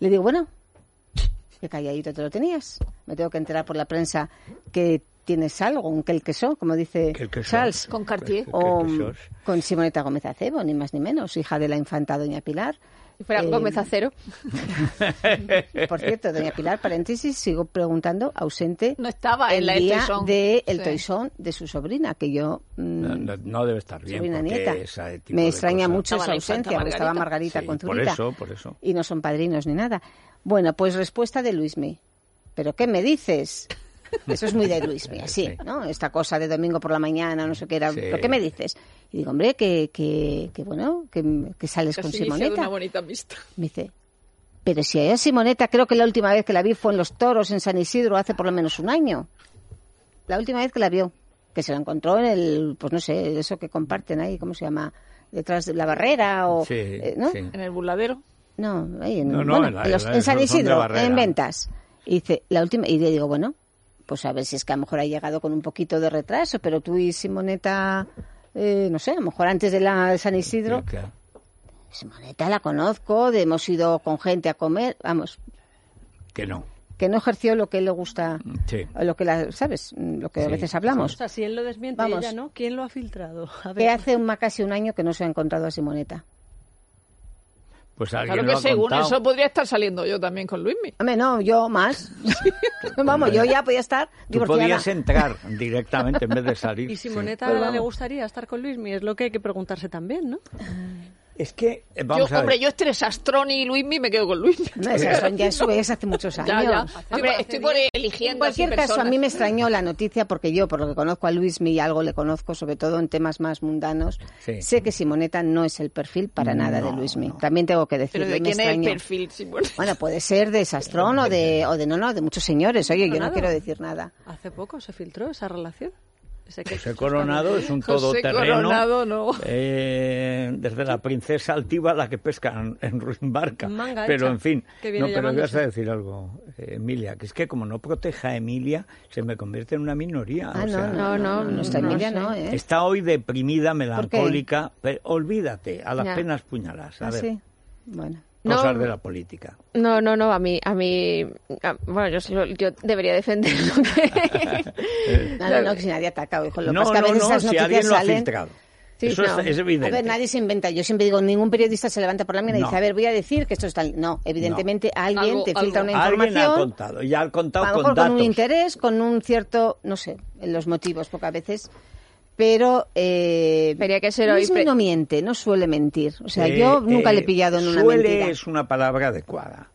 Le digo, bueno, Qué calladito te lo tenías. Me tengo que enterar por la prensa que tienes algo, un que queso, como dice Que el queso. Charles. Con Pues, Cartier. O um, Que el queso. con Simoneta Gómez Acebo, ni más ni menos, hija de la infanta Doña Pilar. Si fuera Eh, Gómez Acero. Por cierto, Doña Pilar, paréntesis, sigo preguntando, ausente. No estaba en el la del día Toy Song. de el Sí. toisón de su sobrina, que yo. mm, pues, No, no- no debe estar bien. sobrina porque nieta. ese tipo Me de extraña cosas- mucho Estaba esa la infanta ausencia, porque estaba Sí, Margarita con por Zurita. eso, por eso. y no son padrinos ni nada. Bueno, pues respuesta de Luismi. ¿Pero qué me dices? Eso es muy de Luis Mía, sí, Sí. ¿no? Esta cosa de domingo por la mañana, no sé qué era. Sí. ¿Pero qué me dices? Y digo, hombre, que, que, que bueno, que, que sales con Casi iniciado Simoneta. una bonita amistad. Me dice, pero si a Simoneta creo que la última vez que la vi fue en Los Toros, en San Isidro, hace por lo menos un año. La última vez que la vio, que se la encontró en el, pues no sé, eso que comparten ahí, ¿cómo se llama? Detrás de la barrera o... Sí, eh, ¿no? sí. En el burladero. No, ahí en, No, no, bueno, en la- en los- en la- en San son de Isidro, Barrera. en ventas. Y dice, la última, y le digo, bueno, pues a ver si es que a lo mejor ha llegado con un poquito de retraso, pero tú y Simoneta, eh, no sé, a lo mejor antes de la de San Isidro, Claro. Simoneta la conozco, de- hemos ido con gente a comer, vamos, Que no. que no ejerció lo que le gusta, Sí. o lo que la, ¿sabes? Lo que a Mm. Sí, veces O hablamos. sea, si él lo desmiente, Vamos. ella no. ¿Quién lo ha filtrado? A ver. Que hace un, casi un año que no se ha encontrado a Simoneta. Pues alguien Claro lo que ha según contado. eso podría estar saliendo yo también con Luismi. Hombre, no, yo más. Vamos, yo ya podía estar Tú divorciada. podías entrar directamente en vez de salir. Y Simoneta Pues ahora vamos. le gustaría estar con Luismi, es lo que hay que preguntarse también, ¿no? Es que, eh, vamos Yo, a ver. hombre, yo entre Sastroni y Luismi me quedo con Luismi. No, esas son ya su ex hace muchos años. Ya, ya. Hombre, Hombre, estoy por eligiendo en cualquier así caso, a personas. mí me extrañó la noticia porque yo, por lo que conozco a Luismi y algo le conozco, sobre todo en temas más mundanos, Sí. Mm, sé que Simoneta no es el perfil para nada de Luismi. También tengo que decirlo, Pero ¿de me quién es el extrañó. perfil, Simone? Bueno, puede ser de Sastrón o de, o de no, no, de muchos señores. Oye, yo no Nada. quiero decir nada. Hace poco se filtró esa relación. Ese que- José Coronado es un José todoterreno. Coronado, no. eh, desde la princesa altiva a la que pescan en Ruimbarca. Manga pero hecha, en fin, que viene no, pero ibas llamándose. a decir algo, eh, Emilia, que es que como no proteja a Emilia, se me convierte en una minoría. Ah, o no, sea, no, no, no, nuestra no Emilia sé. no, ¿eh? Está hoy deprimida, qué? melancólica, pero olvídate, a las Ya. penas puñalas. A Ah, ver, sí. Bueno. No. cosas de la política. No, no, no, a mí, a mí, a- bueno, yo, solo- yo debería defender lo que... No, no, no, que si nadie ha atacado, hijo. Lo que Eh, no, pasa es que no, a no, veces esas si noticias alguien lo ha salen- filtrado. Sí, Eso no. es, es A evidente. ver, nadie se inventa. Yo siempre digo, ningún periodista se levanta por la mañana y No. dice, a ver, voy a decir que esto es tal. No, evidentemente alguien Algo- te algo. filtra una Alguien ha información. contado, ya ha contado a lo con mejor datos. con un interés, con un cierto, no sé, los motivos, porque a veces. Pero. Eh, Tenía que ser hoy Luismi pre- no miente, no suele mentir. O sea, Eh, yo nunca le he eh, pillado en una suele mentira. es una palabra adecuada.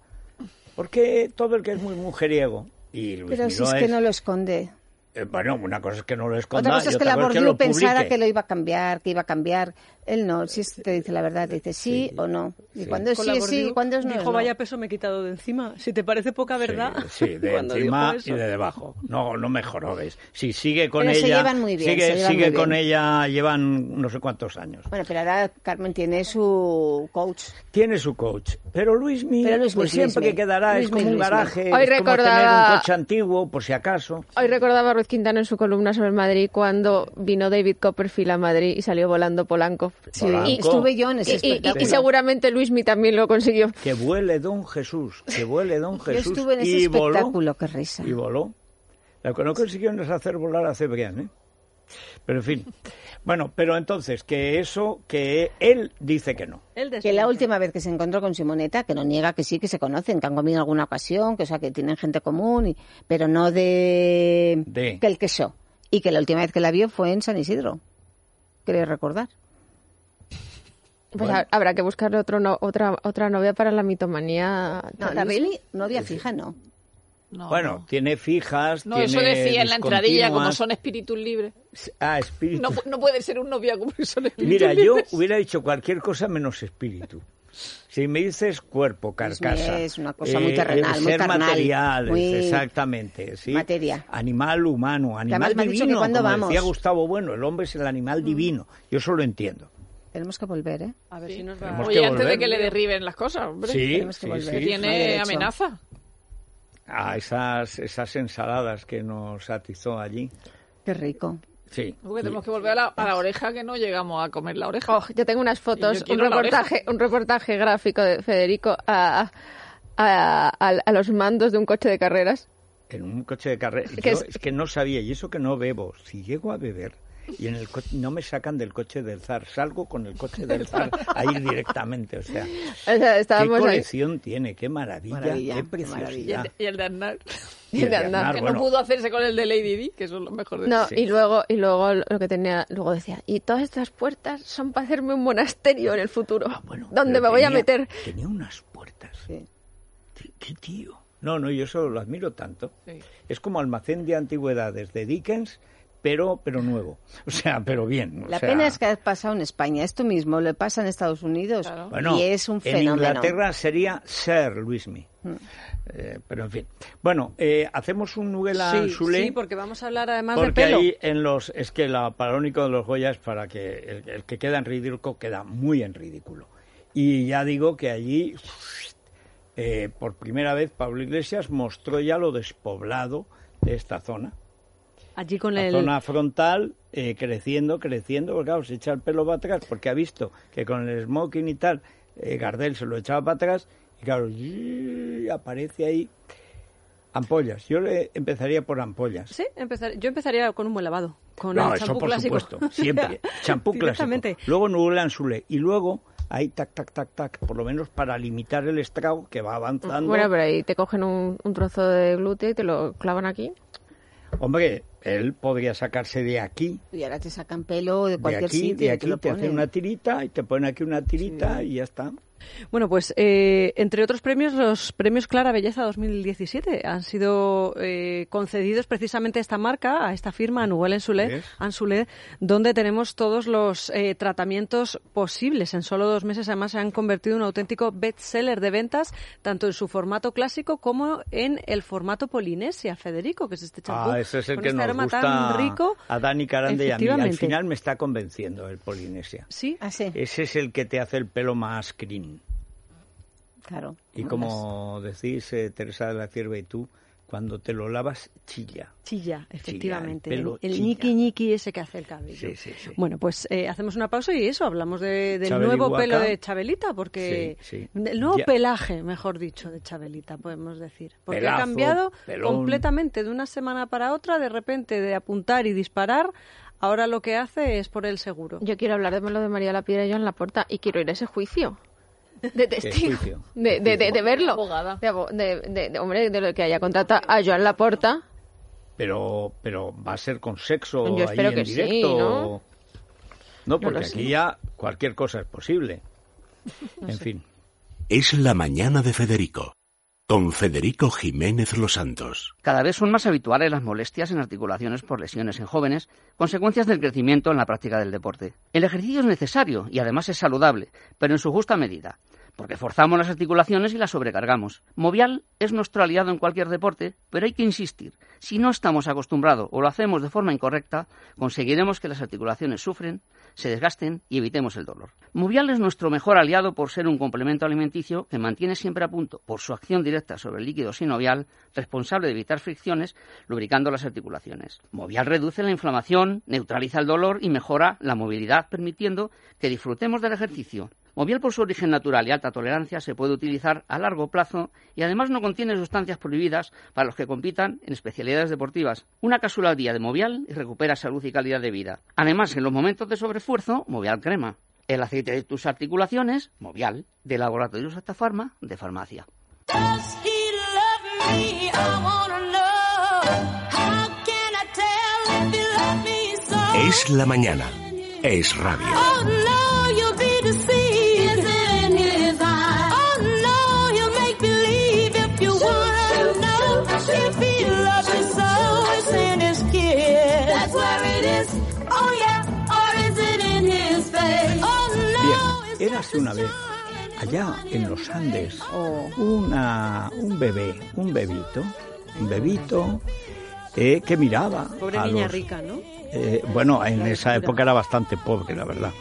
Porque todo el que es muy mujeriego y Luis Pero si Miró es que no lo esconde. eh, bueno, una cosa es que no lo esconda Otra cosa y es que la otra cosa Bourdieu pensara publique. que lo iba a cambiar, que iba a cambiar. Él no, si es- te dice la verdad, te dice sí, o no. Y cuando es sí, es sí, y cuando es no. es Dijo, no. vaya peso me he quitado de encima. Si te parece poca verdad. Sí, sí, de Cuando encima dijo y eso. de debajo. No, no me jorogues. Si sigue con Pero se ella, llevan muy bien, sigue, se llevan sigue muy con bien. ella, llevan no sé cuántos años. Bueno, pero ahora Carmen tiene su coach. Tiene su coach, pero Luismi, Pero Luismi, pues siempre Luismi. que quedará es Luismi, como un Luismi. garaje, Hoy es como tener un recordaba- coche antiguo, por si acaso. Hoy recordaba a Ruiz Quintana en su columna sobre Madrid cuando vino David Copperfield a Madrid y salió volando Polanco. Sí, Polanco. y estuve yo en ese Y, y- y- espectáculo. y seguramente Luismi también lo consiguió. Que vuele don Jesús, que vuele don Yo Jesús. estuve en ese y voló. espectáculo, qué risa. y voló. Lo que no consiguieron es hacer volar a Cebrián, ¿eh? Pero en fin. Bueno, pero entonces, que eso, que él dice que no. Él Que la desmiente. última vez que se encontró con Simoneta, que no niega que sí, que se conocen, que han comido en alguna ocasión, que o sea, que tienen gente común, y- pero no de, De. que el queso. Y que la última vez que la vio fue en San Isidro. Creo recordar. Pues ha- habrá que buscarle otro no- otra, otra novia para la mitomanía. No, la Bailey no había fija, no. No, bueno, no. tiene fijas, No, tiene eso decía en la entradilla, como discontinuas. son espíritus libres. Ah, espíritu. No, pu- no puede ser un novia como que son espíritus Mira, yo libres. hubiera dicho cualquier cosa menos espíritu. Si me dices cuerpo, carcasa. eh, es una cosa muy terrenal, muy Ser carnal, material, muy exactamente. ¿sí? materia. Animal humano, animal además me ha divino. dicho que cuando como vamos. Mm. decía Gustavo Bueno, el hombre es el animal divino. Yo eso lo entiendo. Tenemos que volver, ¿eh? A ver si nos va Tenemos Oye, que antes de volver. que le derriben las cosas, hombre. Sí, tenemos que sí, volver. Que sí. no hay tiene derecho. amenaza. A esas, esas ensaladas que nos atizó allí. Qué rico. Sí. Porque tenemos que volver a la, a la oreja que no llegamos a comer la oreja. Oh, yo tengo unas fotos, Yo un quiero la reportaje, un reportaje gráfico de Federico a, a, a- a los mandos de un coche de carreras. En un coche de carrera. Que Yo es- es que no sabía, y eso que no bebo. Si llego a beber y en el co- no me sacan del coche del zar, salgo con el coche del zar ahí directamente. O sea, O sea, qué estábamos ahí. colección tiene, qué maravilla, Maravilla, qué qué maravilla. Y el, preciosidad. de- y el de Aznar. Y el de Andar, Aznar, que bueno, no pudo hacerse con el de Lady Di, que son los mejores. No, pues, Sí. y luego, y luego lo que tenía, luego decía, y todas estas puertas son para hacerme un monasterio en el futuro, Ah, bueno, donde me pero voy a tenía- meter. Tenía unas puertas. Sí. ¿Qué, qué tío? No, no, yo eso lo admiro tanto. Sí. Es como almacén de antigüedades de Dickens, pero, pero nuevo. O sea, pero bien. o La sea, pena es que ha pasado en España. Esto mismo le pasa en Estados Unidos Claro. Bueno, y es un en fenómeno. Inglaterra sería Sir Luismi. Mm. Eh, pero en fin. Bueno, eh, hacemos un Nuguela Sí, Anzulé. sí, porque vamos a hablar además de Porque pelo. ahí en los es que la parónica de los Goyas para que el, el que queda en ridículo queda muy en ridículo. Y ya digo que allí eh, por primera vez Pablo Iglesias mostró ya lo despoblado de esta zona. Allí con La el zona frontal eh, creciendo, creciendo, porque claro, se echa el pelo para atrás, porque ha visto que con el smoking y tal, eh, Gardel se lo echaba para atrás, y claro, y aparece ahí ampollas. Yo le empezaría por ampollas. Sí, empezar- yo empezaría con un buen lavado, con No, el eso champú por clásico. supuesto, siempre. champú clásico. Directamente. Luego Nulan Sule. Y luego ahí tac, tac, tac, tac, por lo menos para limitar el estrago que va avanzando. Bueno, pero ahí te cogen un, un trozo de glúteo y te lo clavan aquí. Hombre, él podría sacarse de aquí, Y ahora te sacan pelo de de cualquier aquí, sitio. de y te, aquí, lo te hacen ponen. una tirita y te ponen aquí una tirita y ya está. Bueno, pues eh, entre otros premios, los premios Clara Belleza 2017 han sido eh, concedidos precisamente a esta marca, a esta firma, a Nouvelle Ansoulé, ¿Ves? Ansoulé, donde tenemos todos los eh, tratamientos posibles. En solo dos meses, además, se han convertido en un auténtico bestseller de ventas, tanto en su formato clásico como en el formato Polinesia, Federico, que es este champú. Ah, ese es el con que este nos aroma gusta tan rico. a Dani Carande y a mí. Al Efectivamente. final me está convenciendo el Polinesia. Sí, Ah, sí, Ese es el que te hace el pelo más green. claro. Y como decís, eh, Teresa de la Cierva y tú, cuando te lo lavas, chilla. Chilla, efectivamente. el pelo el chilla. ñiqui ñiqui ese que hace el cabello. Sí, sí, sí. Bueno, pues eh, hacemos una pausa y eso, hablamos de- del Chabeli nuevo Huaca. pelo de Chabelita, porque. Sí, sí. El nuevo Ya. pelaje, mejor dicho, de Chabelita, podemos decir. Porque ha Pelazo, cambiado pelón. completamente de una semana para otra, de repente de apuntar y disparar, ahora lo que hace es por el seguro. Yo quiero hablar de lo de María la Piedra y yo en la puerta y quiero ir a ese juicio. De testigo. juicio? De, de- de- de verlo. Abogada. De, abo- de- de- de- hombre, de lo que haya contratado a Joan Laporta. Pero, pero va a ser con sexo Yo ahí espero en que sí, directo. ¿no? No, No lo porque sé. aquí ya cualquier cosa es posible. en fin. Es la mañana de Federico, con Federico Jiménez Los Santos. Cada vez son más habituales las molestias en articulaciones por lesiones en jóvenes, consecuencias del crecimiento en la práctica del deporte. El ejercicio es necesario y además es saludable, pero en su justa medida, porque forzamos las articulaciones y las sobrecargamos. Movial es nuestro aliado en cualquier deporte, pero hay que insistir. Si no estamos acostumbrados o lo hacemos de forma incorrecta, conseguiremos que las articulaciones sufren, se desgasten y evitemos el dolor. Movial es nuestro mejor aliado por ser un complemento alimenticio que mantiene siempre a punto, por su acción directa sobre el líquido sinovial, responsable de evitar fricciones, lubricando las articulaciones. Movial reduce la inflamación, neutraliza el dolor y mejora la movilidad, permitiendo que disfrutemos del ejercicio. Movial por su origen natural y alta tolerancia se puede utilizar a largo plazo y además no contiene sustancias prohibidas para los que compitan en especialidades deportivas. Una cápsula al día de Movial y recupera salud y calidad de vida. Además, en los momentos de sobreesfuerzo, Movial crema. El aceite de tus articulaciones, Movial, de Laboratorios Hasta Farma, de farmacia. Does he love me? I wanna know. How can I tell if he loves me so? Es la mañana. Es radio. Oh no, you'll be deceived. Is it in his eye? Oh no, you'll make believe if you wanna know if he loves you so. It's in his kiss. That's where it is. Oh yeah, or is it in his face? Oh no, it's Bien, just érase a una vez, child. allá en los Andes, una, un bebé, un bebito, un bebito eh, que miraba. Pobre a niña los- rica, ¿no? eh, bueno, en esa época era bastante pobre, la verdad.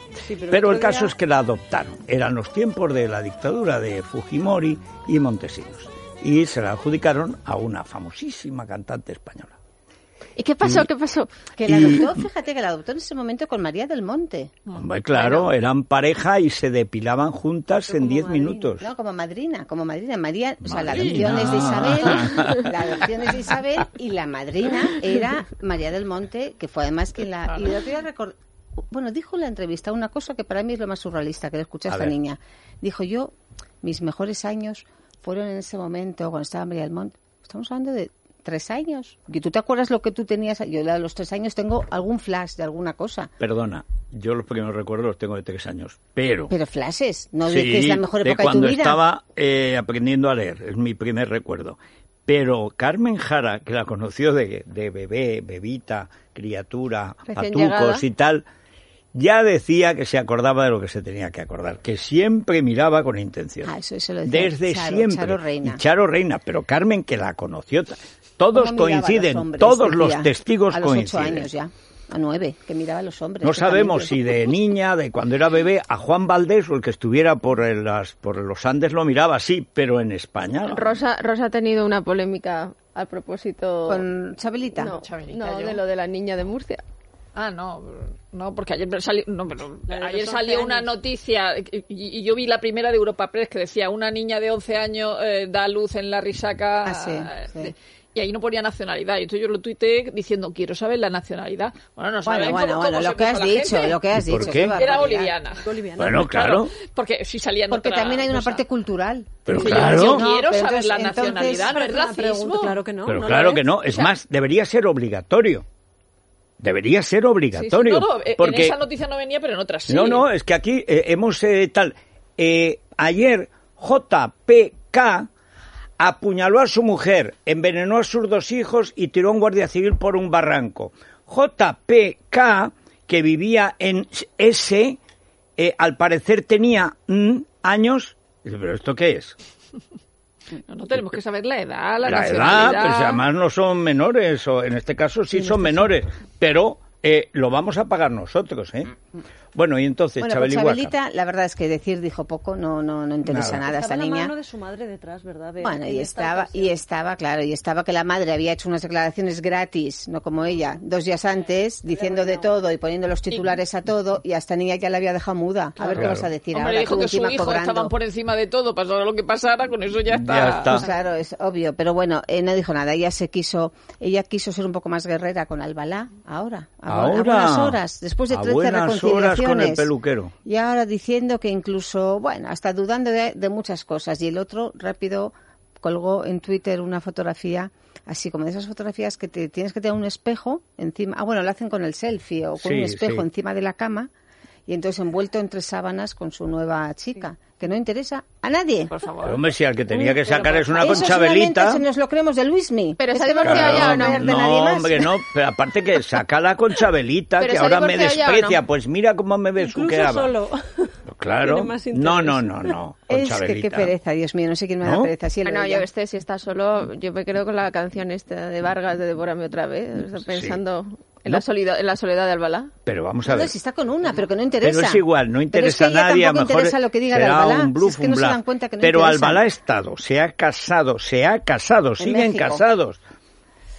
pero el caso es que la adoptaron. Eran los tiempos de la dictadura de Fujimori y Montesinos. Y se la adjudicaron a una famosísima cantante española. ¿Y qué Mm. pasó? ¿Qué pasó? Que la Y- adoptó, fíjate que la adoptó en ese momento con María del Monte. Ah, Hombre, claro, eran pareja y se depilaban juntas en 10 minutos. No, como madrina, como madrina. María, o sea, la Pues. Madrina. adopción es de Isabel, la adopción es de Isabel y la madrina era María del Monte, que fue además quien la... Y el otro día recor- Bueno, dijo en la entrevista una cosa que para mí es lo más surrealista que le escuché a A esta ver. niña. Dijo, yo, mis mejores años fueron en ese momento cuando estaba María del Monte. Estamos hablando de tres años. ¿Y tú te acuerdas lo que tú tenías? Yo a los tres años tengo algún flash de alguna cosa. Perdona, yo los primeros recuerdos los tengo de tres años, pero... Pero flashes, no Sí, de que es la mejor de época de, cuando tu vida. estaba eh, aprendiendo a leer, es mi primer recuerdo. Pero Carmen Jara, que la conoció de, de bebé, bebita, criatura, Recién patucos llegada. y tal, ya decía que se acordaba de lo que se tenía que acordar, que siempre miraba con intención. Ah, eso- eso lo decía Desde Charo, siempre. Charo Reina. Y Charo Reina, pero Carmen que la conoció. ta- Todos ¿Cómo miraba a coinciden, los hombres, todos los decía? testigos a los coinciden. ocho años ya, a nueve, que miraba a los hombres. No sabemos si totalmente. de niña, de cuando era bebé, a Juan Valdés o el que estuviera por, el- las, por los Andes lo miraba así, pero en España. no. Rosa, Rosa ha tenido una polémica al propósito. Con Chabelita. No, Chabelita, no, yo. de lo de la niña de Murcia. Ah, no, no, porque ayer salió, no, pero La de los ayer 11 salió una años. noticia y, y yo vi la primera de Europa Press que decía una niña de 11 años eh, da luz en la risaca. Ah, sí, eh, sí. de- y ahí no ponía nacionalidad. Y entonces yo lo tuiteé diciendo, quiero saber la nacionalidad. Bueno, no Bueno, saben bueno, cómo- bueno, cómo se lo que has puso la dicho, gente. lo que has ¿Y por dicho. qué? Era qué Era barbaridad. boliviana. Boliviana. Bueno, claro. Porque si salía en Porque otra también hay una cosa. parte cultural. Pero Sí, yo- claro. Yo, No, quiero pero saber la entonces- entonces- nacionalidad, no es Una pregunta, racismo. claro que no. Pero ¿no lo claro es? que no. Es más, debería ser obligatorio. Debería ser Sí, sí, no, obligatorio. no, en- porque En esa noticia no venía, pero en otras sí. No, no, es que aquí eh, hemos eh, tal. eh, ayer JPK apuñaló a su mujer, envenenó a sus dos hijos y tiró a un guardia civil por un barranco. JPK, que vivía en S, eh, al parecer tenía mm, años. Dice, ¿Pero esto qué es? No, no tenemos que saber la edad, la, eh, la edad, pues nacionalidad. pero si además no son menores, o en este caso sí son menores, pero eh, lo vamos a pagar nosotros, ¿eh? Bueno, y entonces, Bueno, pues Este Chabeli Huaca. Chabelita, la verdad es que decir dijo poco, no, no, no interesa Nada. nada, a esta Estaba la niña. mano de su madre detrás, ¿verdad? De- Bueno, de y esta estaba, ocasión. y estaba, claro, y estaba que la madre había hecho unas declaraciones gratis, no como ella, dos días antes, diciendo de todo y poniendo los titulares a todo, y a esta niña ya la había dejado muda. A ver qué Claro. vas a decir Hombre, ahora, dijo tú que su encima hijo cobrando. estaban por encima de todo, pasara lo que pasara, con eso ya está. Ya está. Pues claro, es obvio, pero bueno, eh, no dijo nada. Ella se quiso, ella quiso ser un poco más guerrera con Albalá ahora, a, bu- a Ahora. buenas horas, después de A 13 buenas horas reconciliaciones. con el peluquero. Y ahora diciendo que incluso, bueno, hasta dudando de, de muchas cosas. Y el otro rápido colgó en Twitter una fotografía, así como de esas fotografías que te, tienes que tener un espejo encima. Ah, bueno, lo hacen con el selfie o con Sí, un espejo sí. encima de la cama. Y entonces envuelto entre sábanas con su nueva chica, que no interesa a nadie. Por favor. Pero, hombre, si al que tenía que sacar es una Eso solamente conchabelita. se nos lo creemos de Luismi. Pero se ha Este no divorciado queremos ya, ¿o no? saber de no, nadie más. hombre, no. Pero aparte que saca la conchabelita, Pero que se ha ahora me divorciado ya, ¿o desprecia. no? Pues mira cómo me besuqueaba. Incluso solo. Claro. Tiene más interés. No, no, no, no. Es que qué Conchabelita. pereza, Dios mío, no sé quién me da ¿No? pereza. Sí, Ah, lo no, de yo ella. este, si está solo, yo me quedo con la canción esta de Vargas de Devórame otra vez, estoy pensando en, la No. soledad, en la soledad de Albalá. Pero vamos a No, ver. si está con una, pero que no interesa. Pero es igual, no Pero es que interesa ella a nadie, a tampoco mejor interesa lo que diga de será Albalá, un bluff, si es que un no se bluff. dan cuenta que no Pero interesa. Albalá ha estado, se ha casado, se ha casado, siguen México. casados.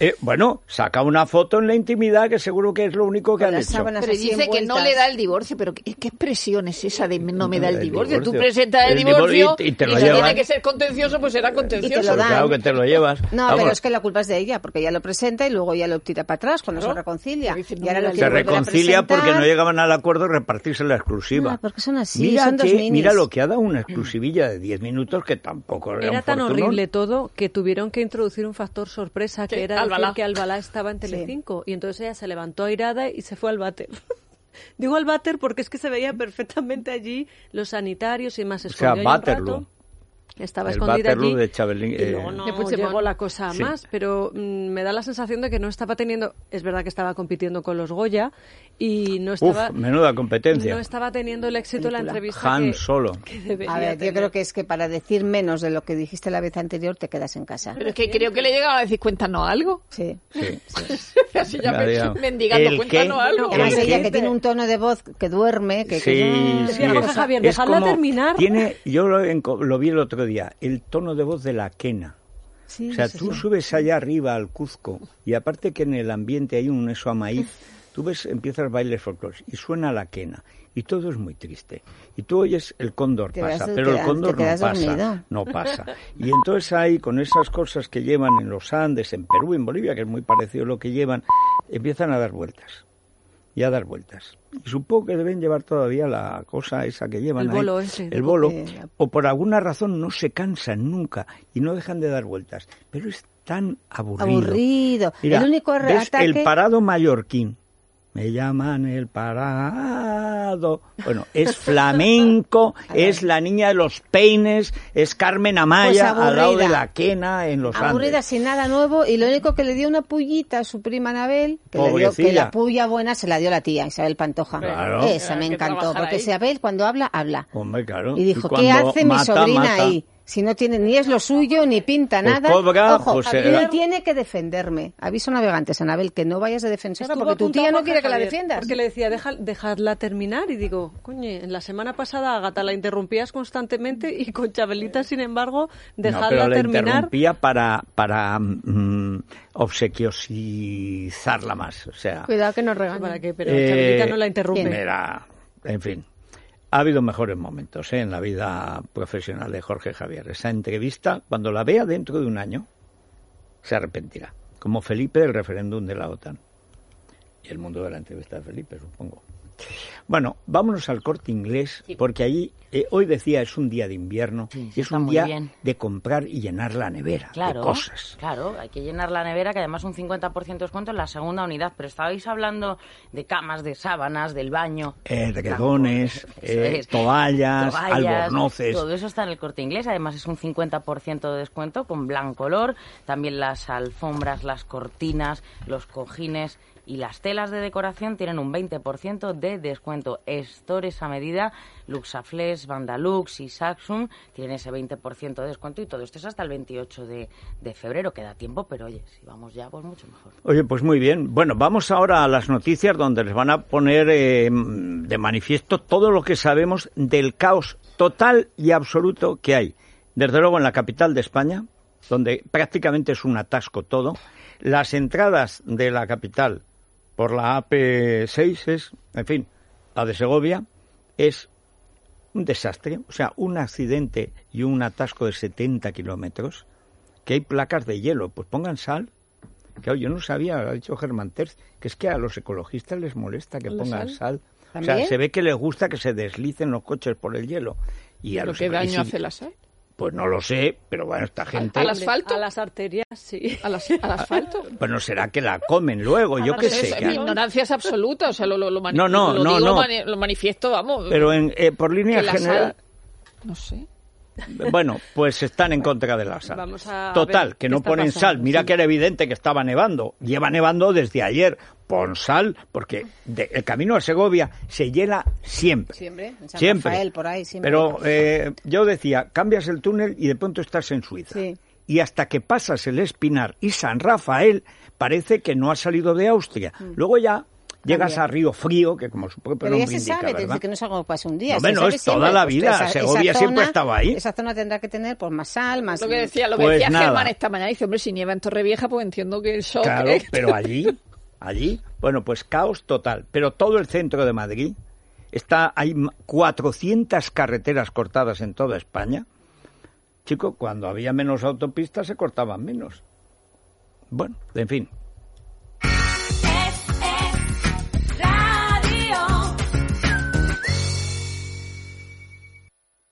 Eh, bueno, saca una foto en la intimidad que seguro que es lo único que Con han las hecho. sábanas Pero así dice que no envueltas. le da el divorcio, pero ¿qué, qué expresión es esa de no me da el El divorcio? Tú divorcio. presentas el El divor- divorcio y- y te lo si llevan. tiene que ser contencioso, pues será Y te contencioso. lo Pues dan. claro que te lo llevas. No, Vamos, pero es que la culpa es de ella, porque ella lo presenta y luego ella lo tira para atrás cuando Claro. se reconcilia. Pero dice, no y ahora me lo da el se quiere volver a reconcilia porque no presentar. llegaban al acuerdo de repartirse la exclusiva. No, porque son así, mira, son dos que- minis. mira lo que ha dado una exclusivilla de 10 minutos que tampoco era, Era un tan fortunón. horrible todo que tuvieron que introducir un factor sorpresa Sí, que era decir Albalá. que Albalá estaba en Telecinco y entonces ella se levantó airada y se fue al váter. Digo al váter porque es que se veía perfectamente allí los sanitarios y más O sea, escondido allí un Waterloo. rato. Estaba El escondida Waterloo allí. de Chabelín, y luego eh, no De Puigdemont. llegó la cosa a Sí. más, pero mm, me da la sensación de que no estaba teniendo. Es verdad que estaba compitiendo con los Goya y no estaba. Uf, menuda competencia. No estaba teniendo el éxito de la entrevista. Han que- Solo. que debería A ver, yo tener. creo que es que para decir menos de lo que dijiste la vez anterior te quedas en casa. Pero es que creo que le llegaban a decir, cuéntanos algo. Sí. Sí. Así ya me- Adiós. mendigando, ¿El cuéntanos qué? algo. Y Además, ¿El ella qué? que tiene un tono de voz que duerme, que, que Sí, ya- sí. Javier, es- Javier, es dejadla como- terminar. Tiene, yo lo, enco- lo vi el otro día, el tono de voz de la quena. Sí, o sea, sí, tú sí. subes allá arriba al Cuzco y aparte que en el ambiente hay un eso a maíz, tú ves, empiezas bailes folclóricos y suena la quena y todo es muy triste. Y tú oyes el cóndor Te pasa, vas- pero te el das- cóndor te quedas no pasa, dormido. no pasa. Y entonces ahí con esas cosas que llevan en los Andes, en Perú, en Bolivia, que es muy parecido a lo que llevan, empiezan a dar vueltas y a dar vueltas. Y supongo que deben llevar todavía la cosa esa que llevan El ahí, bolo ese. el bolo, Eh, o por alguna razón no se cansan nunca y no dejan de dar vueltas. Pero es tan aburrido. Aburrido. Mira, el único ves ataque... el parado mallorquín me llaman el parado. Bueno, es flamenco, es la niña de los peines, es Carmen Amaya Pues al lado de aburrida. la quena en los Aburrida Andes. sin nada nuevo y lo único que le dio una pullita a su prima Anabel, que, le dio, que Pobrecilla. la puya buena se la dio la tía Isabel Pantoja. Claro. Esa me Hay que encantó, trabajar porque ahí. Isabel cuando habla, habla. Hombre, claro. Y dijo, ¿qué cuando hace mi mata, sobrina mata. ahí? Si no tiene, ni es lo suyo, ni pinta Pues nada. cobra, Ojo, pues, eh, no tiene que defenderme. Aviso navegantes, Anabel, que no vayas de defensora Estuvo porque tu apuntado tía no Jorge quiere que la Javier, defiendas. Porque le decía, "Deja- dejadla terminar. Y digo, coño, en la semana pasada, Agata, la interrumpías constantemente y con Eh. Chabelita, sin embargo, no, dejadla pero la terminar. interrumpía para, para mm, obsequiosizarla más. O sea, Cuidado que nos regañen. ¿Para qué? Pero Eh, Chabelita no la interrumpe. Mira, en fin. Ha habido mejores momentos ¿eh? en la vida profesional de Jorge Javier. Esa entrevista, cuando la vea dentro de un año, se arrepentirá. Como Felipe del referéndum de la OTAN. Y el mundo de la entrevista de Felipe, supongo. Bueno, vámonos al corte inglés, porque allí, eh, hoy decía, es un día de invierno Sí, y es está un muy día bien. de comprar y llenar la nevera Claro, de cosas. claro, hay que llenar la nevera, que además un 50% de descuento en la segunda unidad. Pero estabais hablando de camas, de sábanas, del baño. Edredones, Tampoco, eso eh, es. toallas, Toallas, albornoces. Todo eso está en el corte inglés. Además, es un 50% de descuento con blancolor. También las alfombras, las cortinas, los cojines y las telas de decoración tienen un 20% de descuento. Estores a medida, Luxaflex, Vandalux y Saxum tienen ese 20% de descuento. Y todo esto es hasta el 28 de, de febrero. Queda tiempo, pero oye, si vamos ya, pues mucho mejor. Oye, pues muy bien. Bueno, vamos ahora a las noticias donde les van a poner eh, de manifiesto todo lo que sabemos del caos total y absoluto que hay. Desde luego en la capital de España, donde prácticamente es un atasco todo, las entradas de la capital por la AP6 es, en fin, la de Segovia, es un desastre, o sea, un accidente y un atasco de 70 kilómetros, que hay placas de hielo, pues pongan sal. Claro, yo no sabía, ha dicho Germán Terz, que es que a los ecologistas les molesta que pongan sal. O sea, ¿También? se ve que les gusta que se deslicen los coches por el hielo. Y a ¿Pero los qué y si- daño hace la sal? Pues no lo sé, pero bueno, esta gente... ¿Al asfalto? A las arterias, sí. ¿Al, as- al asfalto? Bueno, pues será que la comen luego, yo qué Pues sé. es- ya. mi ignorancia es absoluta, o sea, lo, lo, lo mani- No, no, lo no, digo, no. Lo, mani- lo manifiesto, vamos. Pero en, eh, por línea que la general... sal- No sé. Bueno, pues están en contra de la sal. Vamos a Total, ver que qué no está ponen pasando, sal. Mira sí. que era evidente que estaba nevando. Lleva nevando desde ayer. Pon sal, porque de- el camino a Segovia se hiela siempre. Siempre, en San Siempre. Rafael, por ahí, siempre. Pero eh, yo decía, cambias el túnel y de pronto estás en Suiza. Sí. Y hasta que pasas el Espinar y San Rafael, parece que no has salido de Austria. Luego ya llegas Cambia. a Río Frío, que como su propio Mm. Pero ya nombre se indica, sabe, ¿verdad? desde que no es algo que pasa un día. No, se hombre, no, sabe es toda la vida, Segovia siempre ha estado ahí. Esa zona tendrá que tener pues, más sal, más... Lo que decía, lo que Pues decía nada. Germán esta mañana, dice, hombre, si nieva en Torrevieja, pues entiendo que el shock... Claro, es- pero allí, allí, bueno, pues caos total. Pero todo el centro de Madrid está, hay ma- 400 carreteras cortadas en toda España. Chico, cuando había menos autopistas se cortaban menos. Bueno, en fin,